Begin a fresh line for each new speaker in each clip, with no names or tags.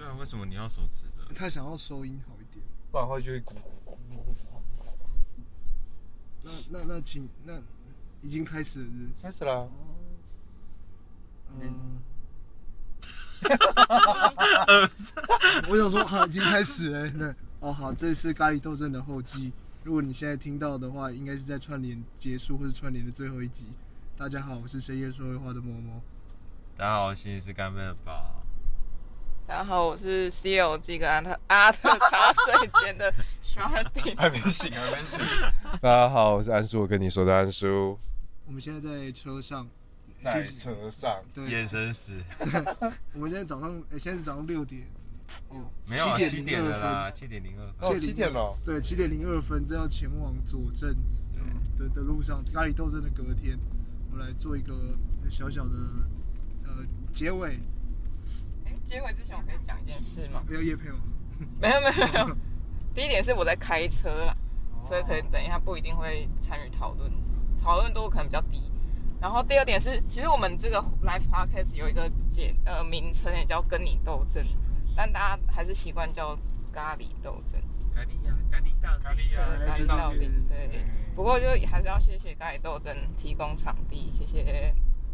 啊为什么你要手持的？
他想要收音好一点。
不然的话就会咕咕咕咕咕咕。
那那那请那已经开始了是不是
开始啦，
嗯，呃 我想说，好，已经开始了。那哦，好，这是咖喱斗争的后记。如果你现在听到的话，应该是在串联结束或是串联的最后一集。大家好，我是深夜说会话的嬷嬷。
大家好，我现在是干贝的宝。
大家好，我是 C L G 跟阿特阿特茶水间的 s h a r d y
还没醒，还没醒。 大家好，我是安叔，我跟你说的安叔，
我们现在在车上，
在车上。
眼
对，
神死，
我们现在早上，呃现在是早上六点，哦，
没有啊，
7
七点
点
了啦，
二
七点零二分。
哦，七点了，
分，对，七点零二分正要前往左镇的的路上，咖喱斗争的隔天，我们来做一个小小的呃结尾，
哎，结尾之前我可以讲一件事吗？
不要夜配吗？
没有没有没有，第一点是我在开车啦，所以可能等一下不一定会参与讨论，讨论度可能比较低。然后第二点是，其实我们这个 live podcast 有一个简呃名称也叫跟你斗争，但大家还是习惯叫咖喱斗争。
咖喱呀，咖喱大，咖喱
呀
啊
咖喱到底对
嗯，
不过就还是要谢谢咖喱斗争提供场地，谢谢。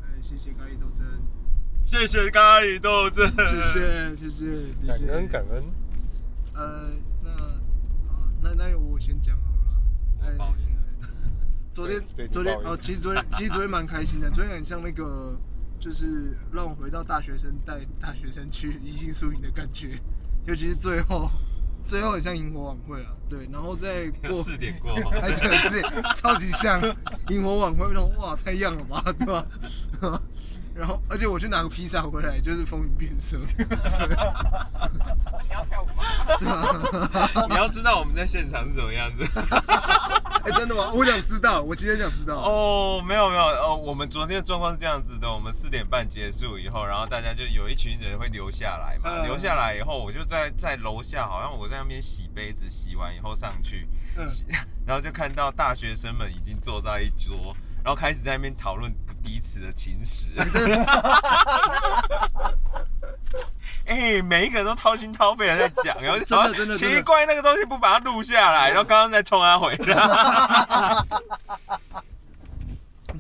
哎，谢谢咖喱斗争，
谢谢咖喱斗争，
谢。谢谢谢
感
谢
恩
谢。
感恩。
呃，那啊，那那我先讲好了啦。
哎我报应了，
昨天
对对，
昨天
你报应
哦，其实 昨天其实昨天蛮开心的，昨天很像那个，就是让我回到大学生带大学生去银杏树影的感觉，尤其是最后，最后很像萤火晚会啊，对，然后再 过
四点过。
还真的是超级像萤火晚会那种，哇，太样了吧，对吧？ 然后，而且我去拿个披萨回来，就是风云变色。
你要跳舞吗？
你要知道我们在现场是怎么样子。
哎、真的吗？我想知道，我今天想知道。 哦，
哦，没有没有，哦，我们昨天的状况是这样子的，我们四点半结束以后，然后大家就有一群人会留下来嘛，
嗯
留下来以后，我就在在楼下，好像我在那边洗杯子，洗完以后上去，
嗯
然后就看到大学生们已经坐在一桌，然后开始在那边讨论彼此的情 史。哎、每一个人都掏心掏肺的在讲，然后就
真的
好像
真的真的哦
奇怪那个东西不把它录下来，然后刚刚在冲他回来。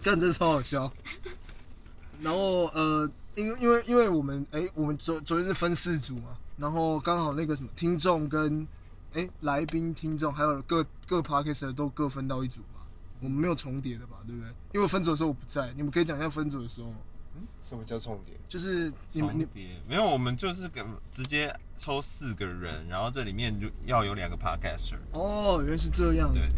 干真的超好笑。然后呃，因为因为因为我们哎、我们昨昨天是分四组嘛，然后刚好那个什么听众跟哎、来宾、听众还有各各 p a r k e s 都各分到一组嘛，我们没有重叠的吧，对不对？因为分组的时候我不在，你们可以讲一下分组的时候吗，
什么叫重 点？
就是 你们你
叠没有，我们就是给直接抽四个人，然后这里面就要有两个 podcaster。
哦，原来是这样，
对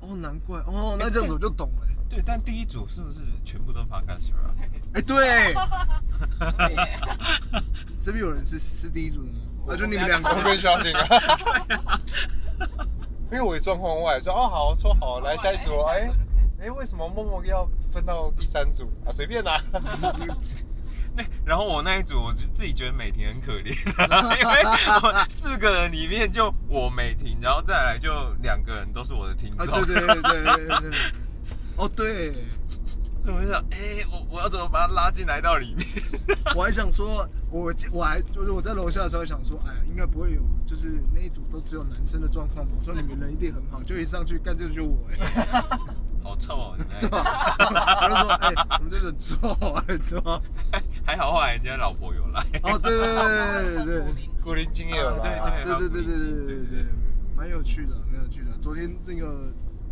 哦，难怪哦，那这样子我就懂了、
对，但第一组是不是全部都 podcaster 啊？
哎、对，这边有人是是第一组的吗？啊，就你们两个
我。跟需要这个。啊 因为我也状况外，说 哦好抽好，来下一 组，哎哎，为什么默默要分到第三组啊？随便 啦，
那 然后我那一组，我就自己觉得美婷很可怜， 因为我四个人里面就我美婷，然后再来就两个人都是我的听众，
啊，对对对对对对对，哦对，
所以我就想，哎、我我要怎么把他拉进来到里面？
我还想说，我我还就是我在楼下的时候还想说，哎呀，应该不会有，就是那一组都只有男生的状况吧。我说你们人一定很好，就一上去干这个就是我哎、
好臭哦，你
对
在
吧？我就说，哎、我们这个臭啊，对吧？
还好后来人家老婆有来，
哦，对对对对 对对。
古灵精也有
对
来。
对
对对对对对对对，蛮有趣的，蛮有趣的。昨天这个，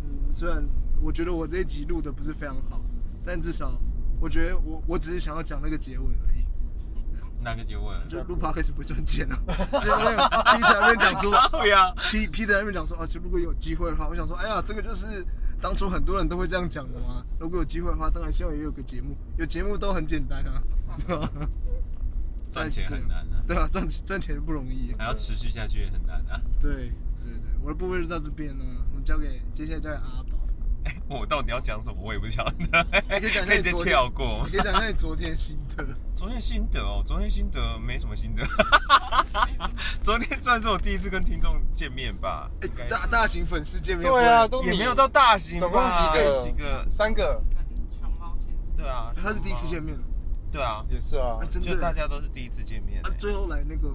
嗯，虽然我觉得我这一集录的不是非常好，但至少我觉得我我只是想要讲那个结尾而已。
那个就问，
就录 podcast 不会赚钱了，只有那个 P 在那边讲说
对哎呀、
，P P 在那边讲说啊，就如果有机会的话，我想说，哎呀，这个就是当初很多人都会这样讲的嘛。如果有机会的话，当然希望也有个节目，有节目都很简单啊，对吧？
赚钱很难啊，
对啊，赚赚钱不容易。
还要持续下去也很难啊。
对对对，我的部分就到这边了，我们交给接下来交给阿宝，
我到底要讲什么，我也不晓得，
你哎可以讲
可
一下
以
你
哎直接
昨天
跳过
你。可以讲一下你昨天心 得。
昨天心得哦，昨天心得没什么心得， 昨天算是我第一次跟听众见面吧，应该
哎大大型粉丝见面会
对啊，，都
也
你
没有到大型吧，
总共几个
几个？
三个，
熊猫先生，
对啊，
他是第一次见面，
对啊，
也是啊
啊，，真
就大
的。
家都是第一次见面欸、
啊，最后来那 个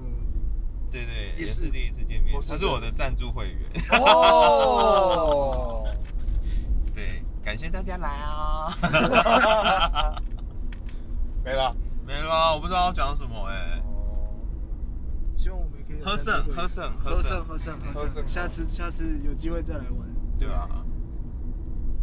对对，
也
也
是
是第一次见面
我，是
他是我的赞助会员，
哦，
哦，
对，感谢大家来 啊。
没 哦了。
没了，我不知道要讲什么哎、
希望我们可以有
喝
再
剩
机会
喝剩
喝剩
剩，
喝剩
喝
喝
剩
剩，下次下次有机会再来玩。
对啊。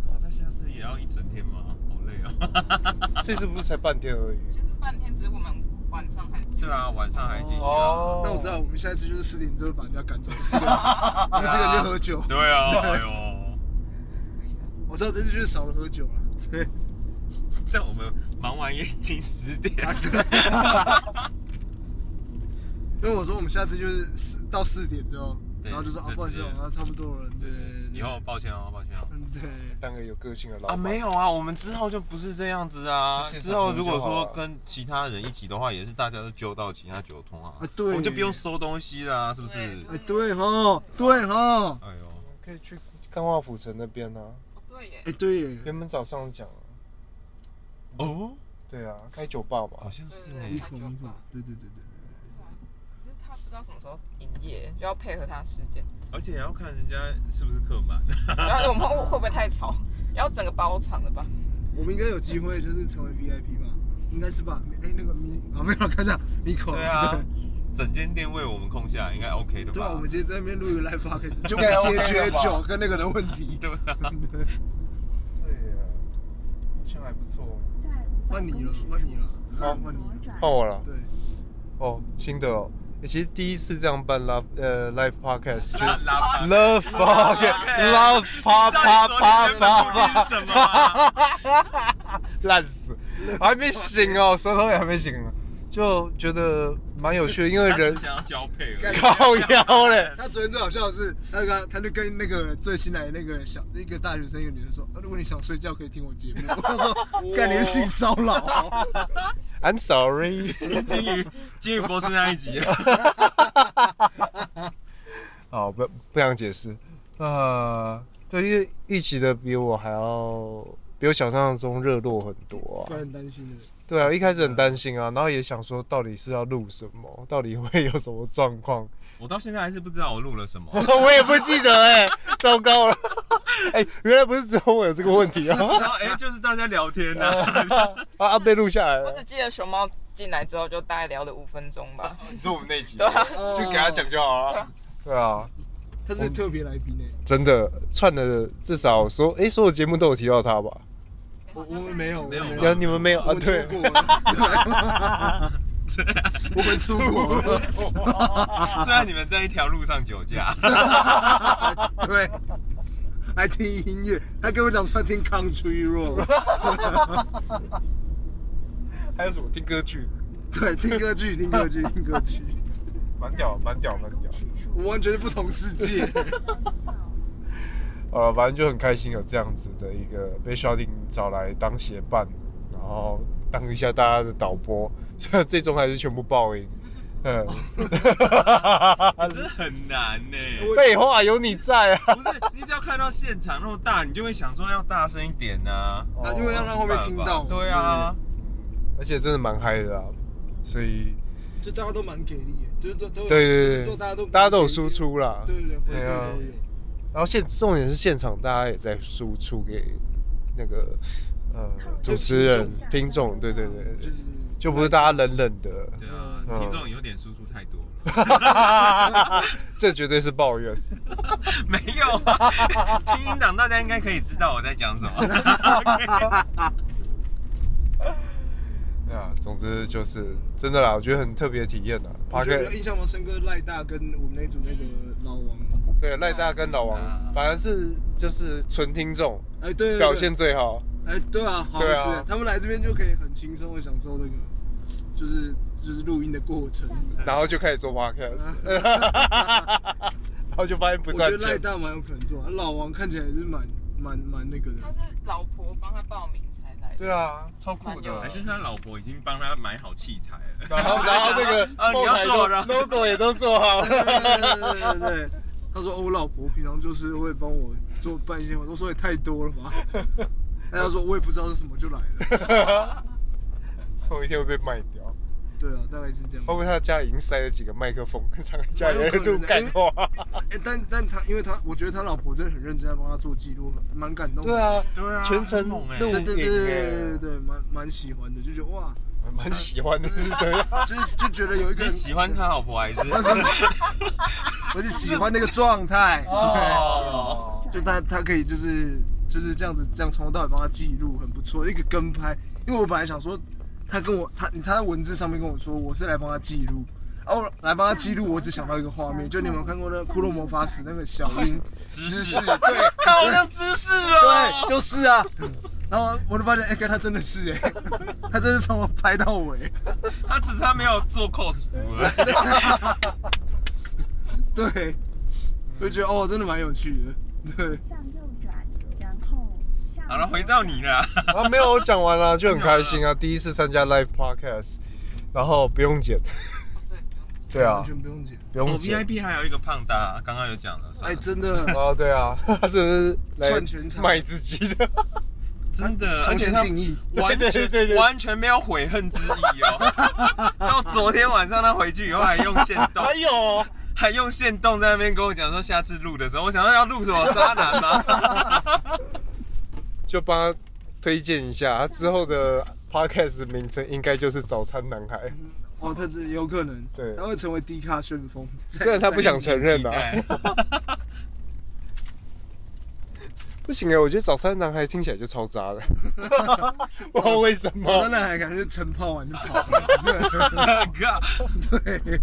哇，那下次也要一整天吗？好累哦。
这次不是才半天而已。
就是半天，只是我们晚上还
对啊，晚上还继续啊。
哦，
那我知道，我们下一次就是四点之后把人家赶走，四 点我们四点就喝酒。
对啊，哎呦，
可以的。
我知道这次就是少了喝酒了。对，
但我们忙完也已经十 点
啊
了。
对。 因为我说我们下次就是四到四点之后，
对
然后就说啊
就，
不好意思，
直接
晚上差不多了。对对对，对
以后抱歉哦，抱歉哦。
嗯对，
当个有个性的老
啊，
板
没有啊，我们之后就不是这样子啊
就。现场
之后如果
录就好
说
了
跟其他人一起的话，也是大家都揪到其他酒通啊，
啊对
我们就不用收东西啦，是不是？
对
哎对哈，对哈，
哎呦，
可以去干化府城那边啊。
哦对耶，
哎对耶，
原本早上讲啊，
哦，
对啊，开酒吧吧
好。像是
对
呢。
一口一口，对对对对
是啊可是他不知道什么时候营业，就要配合他的时间。
而且也要看人家是不是客满。
然后我们会不会太吵？要整个包场的吧？
对，我们应该有机会就是成为 VIP 吧，应该是吧？哎那个米啊没有，看一下米 口，
对啊，整间店为我们空下，应该 OK 的吧？
对啊，我们直接在那边录一个 live podcast，就
对啊
解决
我看到
酒
了
跟那个的问题。
对啊，
对啊，好像还不错。
换你了，换你了，
好
换你了，
换我了。
对，
哦，新的哦。欸其实第一次这样办 love 呃 live podcast 就
拉拉
love podcast love 啪啪啪啪啪，
是什么啊？
烂死，我还没醒 哦，舌头也还没醒啊，就觉得蛮有趣的，因为
他
人
只想要交配而已。
靠腰嘞。
他昨天最好笑的是，那个他就跟那个最新来的那个小那个大学生一个女生说，啊如果你想睡觉可以听我节目。我说，干你是性骚扰哦，
I'm sorry。
金鱼，金鱼博士那一集，
好，哦不不想解释。呃，对，因为预期的比我还要比我想象中热络很多
突
啊。
然担心了。
对啊，一开始很担心啊，然后也想说到底是要录什么，到底会有什么状况，
我到现在还是不知道我录了什么。
我也不记得哎、 糟糕了。哎、原来不是只有我有这个问题 啊，
然后哎，就是大家聊天呢，
啊啊被录下来
我
了
只。记得熊猫进来之后就大概聊了五分钟吧。
你说我们那集
对啊，
就
就好了。对啊，
他是特别来宾呢，
真的串的至少说，哎、所有节目都有提到他吧？
我我们没有，
没有
我
吧
们
然后你们没有
我
啊？
们
对
出，国了，我们出 国了，
哦
虽然你们在一条路上酒 驾，
对，还听音乐，他跟我讲说他听 country rock。
还有什么听歌剧？
对，听歌剧，听歌剧，听歌剧，
蛮屌，蛮屌，蛮屌。
我完全是不同世界。
呃，反正就很开心有这样子的一个被 Shouting 找来当协办，然后当一下大家的导播，所以最终还是全部报应。嗯，
真的很难呢。
废话，有你在啊！
不是，你只要看到现场那么大，你就会想说要大声一点呐。
啊，因为要让后面听到。
对啊，
哦而且真的蛮嗨的啊，所
嗯，
以
就大家都蛮给力的，就是都都有
对对对
就是都大家都
大家都有输出啦
对对对，
对啊
都有
然后现重点是现场大家也在输出给那个呃主持人听众，对对对对
就
对
是，
就不是大家冷冷的，
对啊，
嗯
听众有点输出太多 了。
这绝对是抱怨。
没有啊， 听音档大家应该可以知道我在讲什 么。
对啊，总之就是真的啦，我觉得很特别的体验啦。
我觉得比较
Parker
印象蛮深刻，赖大跟我们那组那个老王吧，
对赖大跟老王
啊，
反而是就是纯听众
哎对对，对
表现，最好。
哎对啊，好
对
像
啊
是他们来这边就可以很轻松的享受那个，就是就是录音的过程。
然后就开始做 podcast，然后就发现不
我觉
赚
得赖
钱。
大蛮有可能做啊，老王看起来是蛮蛮蛮那个的
他。是老婆帮他报名才来的。
对啊，超酷
蛮有
的
趣。
还是他老婆已经帮他买好器材了。
然后然后那个
啊你
后
要
台
做
都
然后
logo 也都做好了。
对对对对，他说、哦我老婆平常就是会帮我做办一些活动，我说也太多了吧。哎，他说我也不知道是什么就来了，
总有一天会被卖掉。
对啊，大概是这样。
包括他的家里已经塞了几个麦克风，常常家里在录干话。
哎、但但他，因为他，我觉得他老婆真的很认真在帮他做记录，蛮感动的。
对啊，
对啊，
全程
很猛哎、
对
录
对对对对对对，蛮蛮喜欢的，就觉得 哇，
蛮喜欢的，是这样。
就是就觉得有一个
啊你
人
喜欢他老婆还 是？
我是喜欢那个状态，
哦，
对，就他他可以就是就是这样子，这样从头到尾帮他记录，很不错，一个跟拍。因为我本来想说，他跟我他他在文字上面跟我说，我是来帮他记录，然后来帮他记录，我只想到一个画面，就你有没有看过那个《骷髅魔法使》那个小樱
知
姿
识
势？对
他好像知识哦。
对，就是啊。然后我就发现，哎、看他真的是哎、他真的是从头拍到尾，
他只差没有做 cos 服而已。
对，我就觉得哦，真的蛮有趣的，对。
向右转，然后向
好了，回到你啦。
啊，没有，我讲完了，就很开心 啊！第一次参加 live podcast，然后不用剪。对啊
完，全不用剪。
不
我
用剪。
VIP 还有一个胖大，刚刚有讲了，算
哎，
了
真 的，
哦，对啊，他是来
赚全场
卖自己的，
真的，而
哎重
且
新
他
定义。
完
对对对
全
对
完全没有悔恨之意哦。到昨天晚上他回去以后还用线动，
还有
还用线动在那边跟我讲说下次录的时候，我想到要录什么渣男吗？
就帮他推荐一下，他之后的 podcast 名称应该就是《早餐男孩
哦，他这有可能，
对
他会成为 D 卡旋风。》，
虽然他不想 承认啊，
对，
不行哎、我觉得《早餐男孩》听起来就超渣 的，不知道为什
早
么
餐。男孩感觉是晨跑完就跑，
靠
对。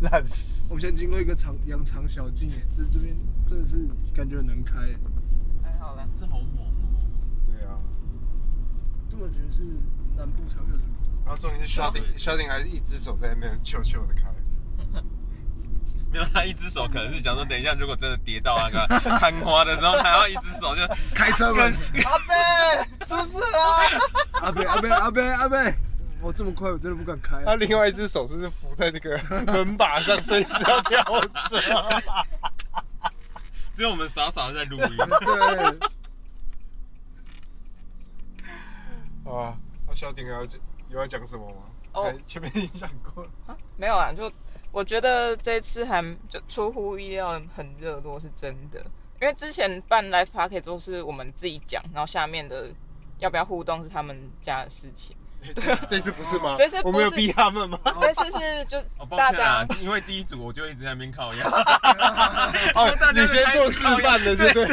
烂死。
我们现在经过一个长羊肠小径，哎，这这边真的是感觉很难开，哎
还好啦，
这好猛哦！
对啊，
这我觉得是南部常有的 路。
然后重点是萧鼎，萧鼎还是一只手在那边悄悄的开，
没有，他一只手可能是想说，等一下如果真的跌到那个参花的时候，他要一只手就
开车门，
阿贝出事啊啦！
阿贝阿贝阿贝阿贝，我这么快我真的不敢开
他
啊。
另外一只手是扶在那个门把上，随时要跳车。
只有我们傻傻的在录音。
对，
好啊，那萧鼎还要讲有要讲什么吗？
哦
哎前面已经讲过了。
没有啊，就我觉得这次还就出乎意料很热络，是真的。因为之前办 live p a r k e t 都是我们自己讲，然后下面的要不要互动是他们家的事情。
哎这次这次不是吗？
这次不是
我们有逼他们 吗？
这次是就
哦，抱
大
歉啊
家，
因为第一组我就一直在那边靠腰。
哦
大家，都
你先做示范的，对不 对？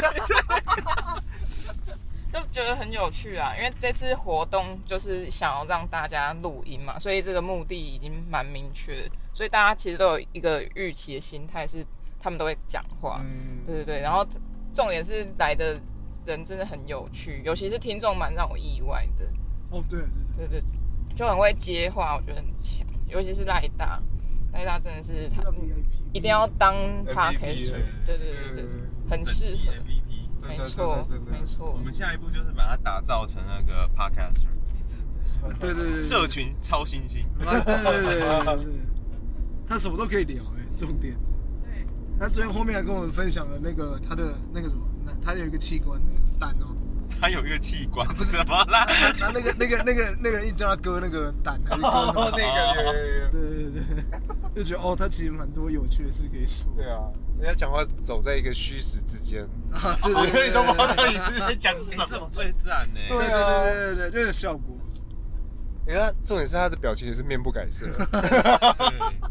就觉得很有趣啊，因为这次活动就是想要让大家录音嘛，所以这个目的已经蛮明确的，所以大家其实都有一个预期的心态，是他们都会讲话，对
嗯，
对对。然后重点是来的人真的很有趣，尤其是听众蛮让我意外的，
哦对对对，
对对对，就很会接话，我觉得很强，尤其是赖大，赖大真的是他
要 VIP
一定要当 p a r k e
MVP
对对对对，很
本
适
期
合，
MVP，
没
真的
错
真的
没
真的，
我
错。
们下一步就是把它打造成那个 podcaster
对对对，
社群超新星。
啊，对对对对对，他什么都可以聊哎、重点。
对。
他昨天后面还跟我们分享了那个他的那个什么，那他有一个器官那个蛋哦，
他有一个器官， 不是哎吗？啦，
然后那个那个那个那个人一直叫他割那个蛋，还是割什
哦，
么？
那个有有有，
对对对，就觉得哦，他其实蛮多有趣的事可以说。
对啊，人家讲话走在一个虚实之间，
啊，对对
所以
对
哦都不知道到底是在讲什
这种。
么
最赞欸呢。
对
对对对对，就有效果。
你看，重点是他的表情也是面不改色。
对。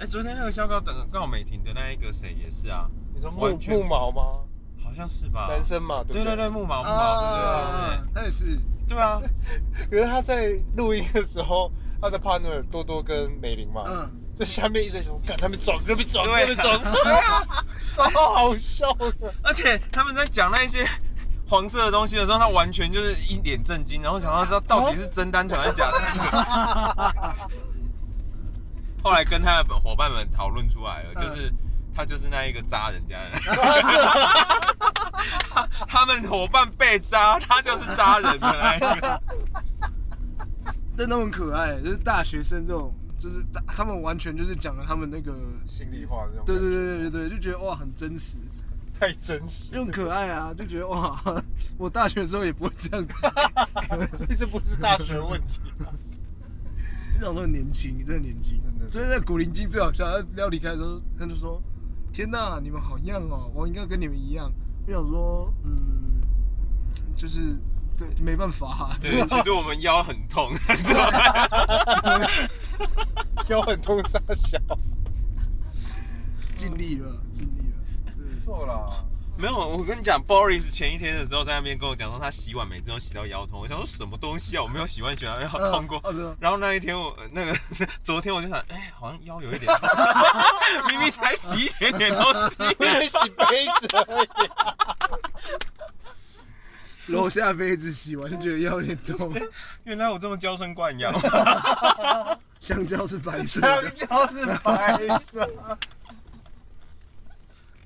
哎，昨天那个肖高等告美婷的那一个谁也是啊，
你说木
完全
木毛吗？
好像是吧？
男生嘛，对
对
不
对对，
对？
木毛木毛，对
啊，他也是，
对对对啊，
可是他在录音的时候，他的 partner 多多跟美玲嘛，
嗯，
在下面一直在说，干他们装，他们装，
对啊
他们 装，超好笑的。
而且他们在讲那一些 黄色的东西的时候，他完全就是一脸震惊，然后想到他到底是真单纯还是假单纯。 后来跟他的伙伴们讨论出来了，就是他就是那一个扎人家的人。 他他们伙伴被扎，他就是扎人的那一个。
但都很可爱，就是大学生这种，就是大他们完全就是讲了他们那个
心里话的那种感觉。
对对对对对，就觉得哇很真实，
太真实
就很可爱啊，就觉得哇， 我大学的时候也不会这样，
了，其实不是大学问题啊、
那种都很年轻，真的年轻，
真的
所以那古灵精最好笑，他要离开的时候，他就说：“天呐，你们好样哦，我应该跟你们一样。”我想说，嗯，就是对，没办法、啊，
对，其实我们腰很 痛，
腰很痛傻小，
尽力了，尽力了，对，
错啦。
没有，我跟你讲，Boris 前一天的时候在那边跟我讲说他洗碗每次都洗到腰痛，我想说什么东西啊，我没有洗碗洗到 腰痛过。
哦，真的，
然后那一天我呃那个 昨天我就想，哎、好像腰有一点 痛，明明才洗一点点东西，
我在洗杯子 而已。
楼下杯子洗完就觉得腰有点 痛，
原来我这么娇生惯养。
香蕉是白色
香
的，
蕉是白色，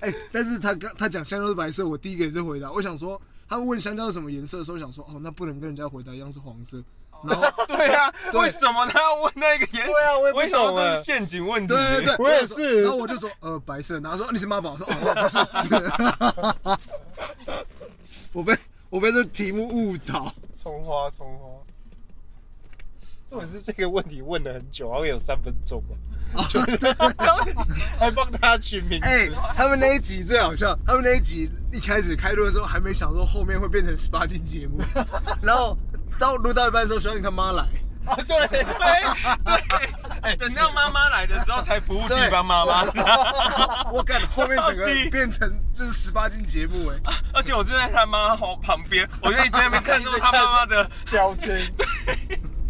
哎、但是他刚他讲香蕉是白色，我第一个也是回答，我想说，他问香蕉是什么颜色的时候，我想说，哦，那不能跟人家回答一样是黄色，然后。
对啊，为什么他要问那个颜？
对啊我也 不
为什么
懂啊
这是陷阱问题？
对对对，
我也是
然后我就说，呃，白色，然后说哦你是妈宝，我说哦，我不是， 我被我被这题目误导，
葱花葱花。重点是这个问题问了很久，好像有三分钟吧， 还帮他取名字。
哎，他们那一集最好笑，他们那一集一开始开录的时候还没想说后面会变成十八禁节目， 然后到录到一半的时候，小你他妈来，
啊，对，
对对，等到妈妈来的时候才服务地方妈妈，
我感后面整个
到底
变成就是十八禁节目哎，
而且我就在他妈好旁边，我就一直在那边看到他妈妈的。
标签。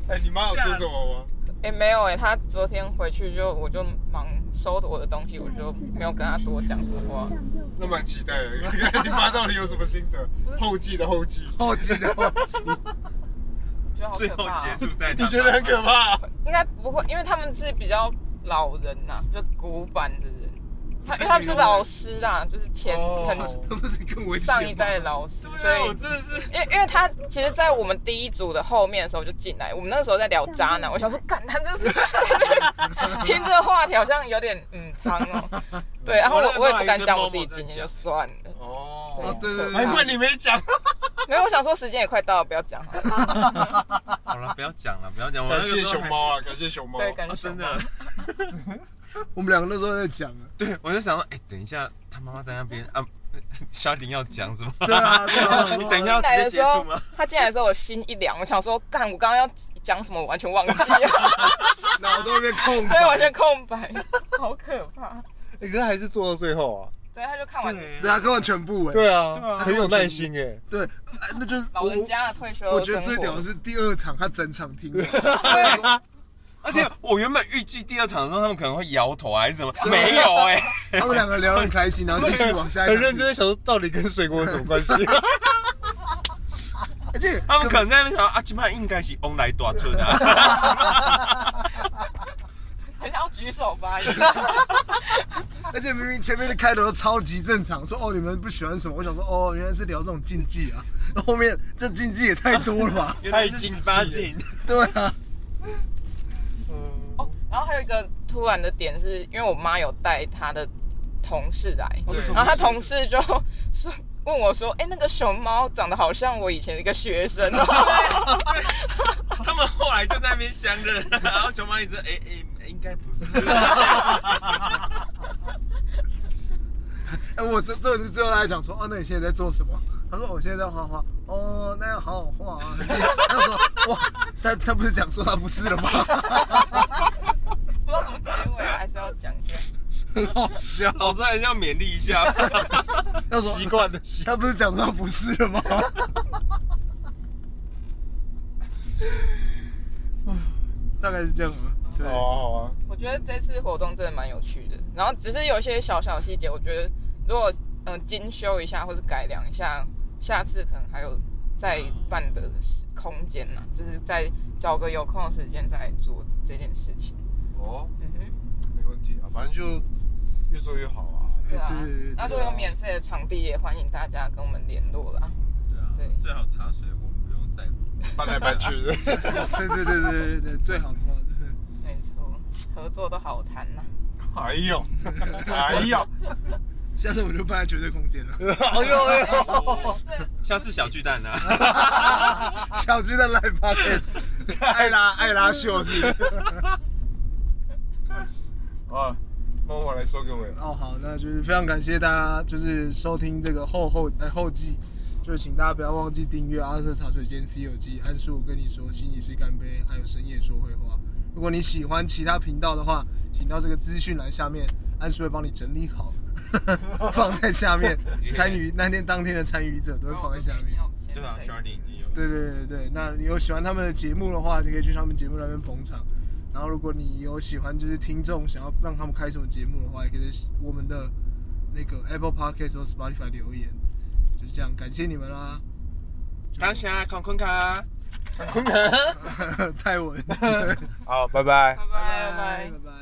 哎，你妈有说什么吗？
哎、没有哎、他昨天回去就我就忙收我的东西，我就没有跟他多讲过话。
向右
那蛮期待的，看 看你妈到底有什么心得？后继的后继，
后记得后记，
就好
最
可
后
怕、啊
结束在他
你觉得很可怕？
应该不会，因为他们是比较老人呐、就古板的人。他因为他们是老师啊，就是前
哦
很
那不是更危险吗
上一代老师，所
对啊，我
以
真的 是
因为因为他其实，在我们第一组的后面的时候就进来，我们那时候在聊渣男，我想说，干他真是 听这个话题好像有点嗯脏哦，对，然后我我也不敢讲我自己经验，就算了，
哦
哦，对对
难
哎
对，
怪你没讲。
没有，我想说时间也快到了，不要讲好了，
好了，不要讲了，不要讲。我那
感
个
谢
时候
熊
还
猫啊，感谢熊猫。
对，感
啊，
觉
真的，
我们两个那时候在讲啊，
对我就想说，哎，等一下他妈妈在那边啊， 小林要讲什么？
对啊，对啊，我想说
等一下
进
要
来
直接
的
结
时
束
候
吗？，
他进来的时候我心一凉，我想说，干，我刚刚要讲什么，我完全忘记了，
脑中一片空
对，
白。
完全空白，好可怕。
哎可是还是做到最后啊。
对，他就看 完，
对
对啊，看完全部哎、
对
对啊
啊，很有耐心哎。
对，啊那就是
老人家的退休生活，
我觉得最屌的是第二场他整场听完，
而且我原本预计第二场的时候他们可能会摇头啊还是什么，没有哎，
他们两个聊得很开心，然后继续往下一
很
场
认
听
真，的想说，到底跟水果有什么关系？
而且
他们可能在那边想啊，今晚应该是 on 来多村啊。？
很想要举手发言。
而且明明前面的开头都超级正常，说哦你们不喜欢什么，我想说哦原来是聊这种禁忌啊，那后面这禁忌也太多了吧
原来是18禁，
对啊，
哦，然后还有一个突然的点是，因为我妈有带她的同事来，
对
然后她同事就说问我说：“哎、那个熊猫长得好像我以前的一个学生哦。
他们后来就在那边相认，啊然后熊猫一直哎哎，应该不是，
哎我这这是最后他还讲说哦那你现在在做什么？他说我现在在画画，哦那要好好画啊。 很厉害他说哇他他不是讲说他不是了吗？
不知道怎么结尾、啊，还是要讲一下。
很好笑，
老师还是要勉励一下。
他说
习 惯了，习惯
他不是讲说他不是了吗？ 大概是这样吧。对，
了。好啊，好啊。
我觉得这次活动真的蛮有趣的，然后只是有一些小小细节，我觉得如果嗯、呃精修一下或是改良一下，下次可能还有再办的空间呢、就是再找个有空的时间再来做这件事情。
哦，
嗯哼。
没问题啊，反正就越做越好啊。
对啊
对对对，
那如果有免费的场地，也欢迎大家跟我们联络啦。
对啊
对
最好茶水我们不用再
搬来搬去的。
对对对对对对，最好的话，对
没错，合作都好谈呐、
哎呦，哎呦，
下次我就办在绝对空间 了，
哎呦哎呦，
下次小巨蛋啊呢、
小巨蛋 live podcast，艾拉艾拉秀是不是？
啊，那我来收个尾。
哦，好，那就是非常感谢大家，就是收听这个后后哎后记，就是请大家不要忘记订阅阿瑟茶水间 C 有记，安叔我跟你说，心理师干杯，还有深夜说会话。如果你喜欢其他频道的话，请到这个资讯栏下面，安叔会帮你整理好， 放在下面，参与那天当天的参与 者都会放在下面。
对啊吧 s h a r d y 已经有。
对对对对，那你有喜欢他们的节目的话，就可以去他们节目那边捧场。然后，如果你有喜欢就是听众想要让他们开什么节目的话，也可以在我们的那个 Apple Podcast 或 Spotify 留言。就是这样，感谢你们啦！
感谢康坤卡。
泰文，拜
好，拜拜。
拜拜拜拜。
拜。